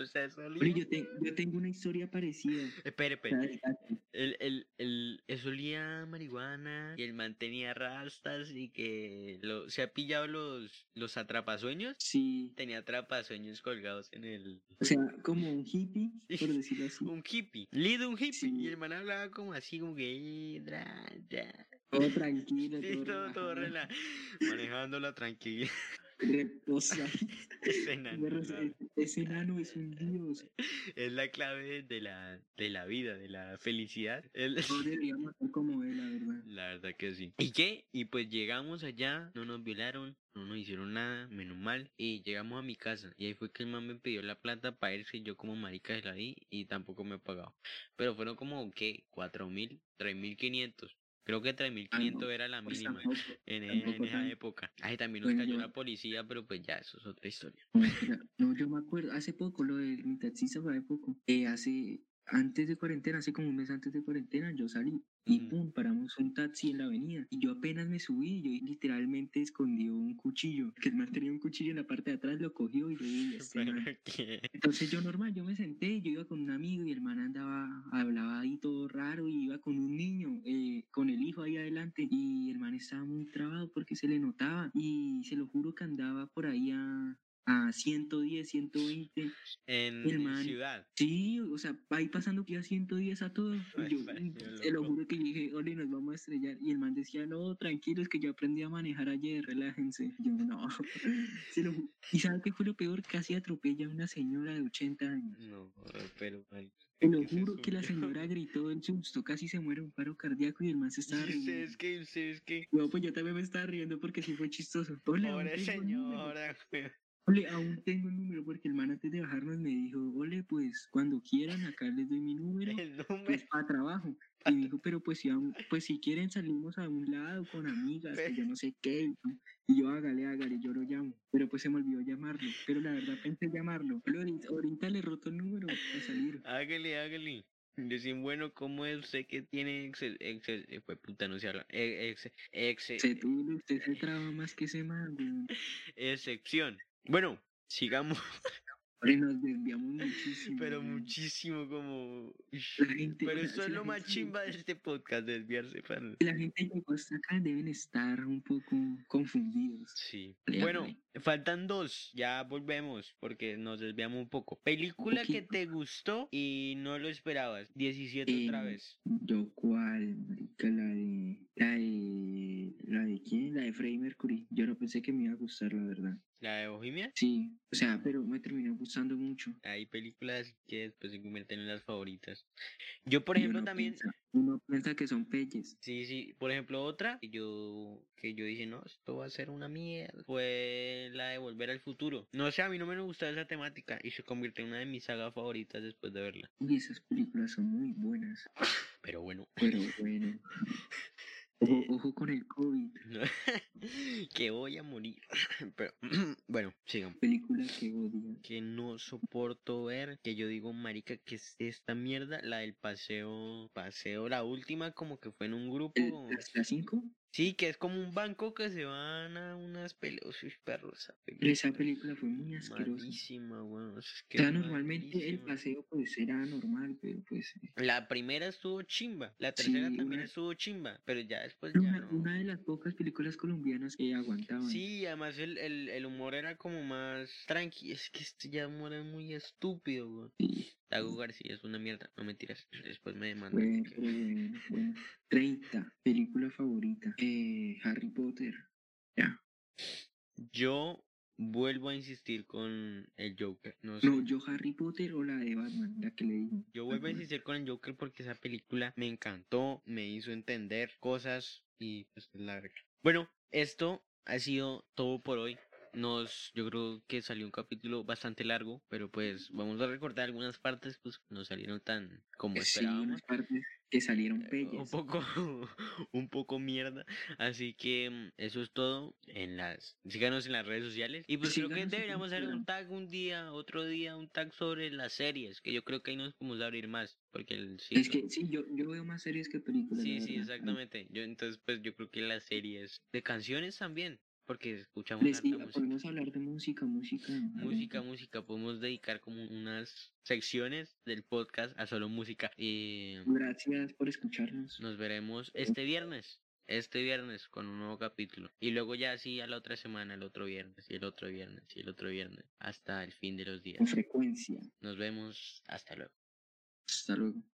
B: O sea, eso
A: Oye,
B: olía-
A: yo, te- yo tengo una historia parecida.
B: Espere,
A: O
B: espere.
A: sea, ah, exacto.
B: El, el, el, eso olía a marihuana y el man tenía rastas y que lo, se ha pillado los, los atrapasueños.
A: Sí.
B: Tenía atrapasueños colgados en el...
A: O sea, como un hippie,
B: Sí.
A: por decirlo así.
B: Un hippie, lido un hippie. Y
A: Sí.
B: el man hablaba como así, como que... "Eh, dra, dra".
A: Todo tranquilo,
B: Sí,
A: todo,
B: todo, todo
A: relajado,
B: rela- Manejando la tranquilidad.
A: reposa.
B: Ese enano,
A: Perro,
B: la-
A: ese- Ese enano es un dios.
B: Es la clave de la, de la vida, de la felicidad. El-
A: No deberíamos ser como él, la verdad.
B: La verdad que sí. ¿Y qué? Y pues llegamos allá, no nos violaron, no nos hicieron nada, menos mal. Y llegamos a mi casa. Y ahí fue que el man me pidió la plata para irse. y Yo como marica se la di y tampoco me he pagado. Pero fueron como, ¿qué? Cuatro mil, tres mil quinientos. Creo que 3.500
A: no,
B: era la
A: Pues
B: mínima
A: tampoco,
B: en, en
A: tampoco
B: esa
A: tan- Pues
B: época. Ahí también nos
A: Bueno,
B: cayó
A: yo-
B: la policía, pero pues ya, eso es otra historia.
A: Ya, No, yo me acuerdo, hace poco, lo de mi taxista fue hace poco. Eh, hace, antes de cuarentena, hace como un mes antes de cuarentena, yo salí y
B: Ujú.
A: pum, paramos un taxi en la avenida. Y yo apenas me subí, yo literalmente escondí un cuchillo. Que el man tenía un cuchillo en la parte de atrás, lo cogió y yo "Uy, este
B: Pero
A: man".
B: que-
A: Entonces yo normal, yo me senté, yo iba con un amigo y el man andaba, hablaba ahí todo raro y iba con un niño, eh, con el hijo ahí adelante y el man estaba muy trabado porque se le notaba y se lo juro que andaba por ahí a, a 110, 120. El
B: en
A: man-
B: ciudad.
A: Sí, o sea, ahí pasando que iba a 110 a todo.
B: Ay,
A: Y yo
B: pareció
A: se lo
B: loco.
A: juro que yo dije, ole, nos vamos a estrellar. Y el man decía, no, tranquilos, que yo aprendí a manejar ayer, relájense. Yo no. Se lo ju- ¿Y sabe qué fue lo peor? Casi atropella a una señora de 80 años.
B: No, pero marica,
A: Te lo
B: ¿qué se
A: juro que la
B: subió?
A: señora gritó del susto, casi se muere un paro cardíaco y el man se estaba
B: ¿Y
A: riendo.
B: ustedes qué? ¿Y ustedes qué?
A: No, pues yo también me estaba riendo porque sí fue chistoso. Ole, aún
B: Pobre
A: tengo el número.
B: señora, weón.
A: Ole, aún tengo el número porque el man antes de bajarnos me dijo, ole, pues cuando quieran acá les doy mi número,
B: El
A: pues
B: número.
A: para trabajo. Y me dijo, pero pues si, aún- pues si quieren salimos a un lado con amigas, que yo no sé qué. Y yo hágale, hágale, yo lo llamo. Pero pues se me olvidó llamarlo. Pero la verdad pensé llamarlo. Pero ahorita, ahorita le roto el número para salir.
B: Hágale, hágale. Decían, bueno, ¿cómo es usted que tiene excel, excel, eh, fue puta, no se habla, eh, ex- ex-
A: Se tuvo, usted se traba más que se man, weón.
B: excepción? Bueno, sigamos,
A: Hombre, nos desviamos muchísimo.
B: pero
A: weón.
B: muchísimo como... Ish,
A: Mm. La gente,
B: Pero
A: o sea,
B: eso
A: si
B: es
A: la
B: lo más
A: gente se
B: chimba de este podcast, desviarse para...
A: La gente que está acá deben estar un poco confundidos.
B: Sí.
A: Dale,
B: Bueno,
A: dale.
B: faltan dos. Ya volvemos porque nos desviamos un poco. Película que
A: Poquito.
B: te gustó y no lo esperabas. 17 otra
A: Eh,
B: vez.
A: Yo, ¿cuál? marica? La de. La de. ¿La de quién? La de Freddie Mercury. Yo no pensé que me iba a gustar, la verdad.
B: La de Bohemia.
A: Sí, o sea, pero me terminó gustando mucho.
B: Hay películas que después se convierten en las favoritas. Yo, por
A: Yo
B: ejemplo,
A: no
B: también.
A: piensa- uno piensa que son peyes.
B: Sí, sí. Por ejemplo, otra que yo, que yo dije, no, esto va a ser una mierda. Fue la de Volver al Futuro. No sé, a mí no me gustaba esa temática y se convirtió en una de mis sagas favoritas después de verla.
A: Y esas películas son muy buenas.
B: Pero bueno.
A: Pero bueno.
B: eh,
A: Ojo, ojo con el COVID.
B: No, que voy a morir. Pero bueno, sigan.
A: Película que odio.
B: Que no soporto ver, que yo digo, marica, que es esta mierda, la del paseo, paseo, la última como que fue en un grupo.
A: El- ¿Las las cinco?
B: Sí, que es como un banco que se van a unas peleas, uy, perro, esa película.
A: Esa película fue muy asquerosa.
B: Malísima, weón. es
A: O
B: que
A: sea, normalmente el
B: malísima.
A: paseo pues era normal, pero pues... eh,
B: La primera estuvo chimba, la tercera
A: Sí,
B: también
A: una-
B: estuvo chimba, pero ya después ya
A: Una,
B: no.
A: una de las pocas películas colombianas que aguantaban.
B: Sí, además el, el, el humor era como más tranqui. Es que este ya humor es muy estúpido, weón.
A: Sí,
B: Tago García es una mierda, no mentiras. Después me demandan.
A: bueno, pero bueno, bueno. 30, película favorita. Eh, Harry Potter. Ya.
B: Yo vuelvo a insistir con el Joker. No sé.
A: No, yo Harry Potter o la de Batman, la que le digo.
B: Yo vuelvo a
A: Batman.
B: insistir con el Joker porque esa película me encantó, me hizo entender cosas y pues es la verga. Bueno, esto ha sido todo por hoy. Nos, yo creo que salió un capítulo bastante largo, pero pues vamos a recordar algunas partes pues que no salieron tan como
A: Sí,
B: esperábamos.
A: unas partes que salieron
B: Eh, Un
A: bellas.
B: poco, un poco mierda. Así que mm, eso es todo. En las, síganos en las redes sociales. Y pues creo
A: Síganos
B: que
A: en
B: deberíamos hacer un
A: Instagram.
B: tag un día, otro día, un tag sobre las series. Que yo creo que ahí nos podemos abrir más. Porque el sí,
A: Es
B: lo-
A: que sí, yo, yo veo más series que películas.
B: sí,
A: la
B: sí,
A: verdad.
B: exactamente. Yo entonces pues yo creo que las series de canciones también. Porque escuchamos
A: Les
B: harta
A: digo,
B: música.
A: Pues podemos hablar de música, música.
B: Música, música, podemos dedicar como unas secciones del podcast a solo música. Y
A: Gracias por escucharnos.
B: Nos veremos este viernes. Este viernes con un nuevo capítulo. Y luego ya así a la otra semana, el otro viernes, y el otro viernes, y el otro viernes. Hasta el fin de los días.
A: Con frecuencia.
B: Nos vemos. Hasta luego.
A: Hasta luego.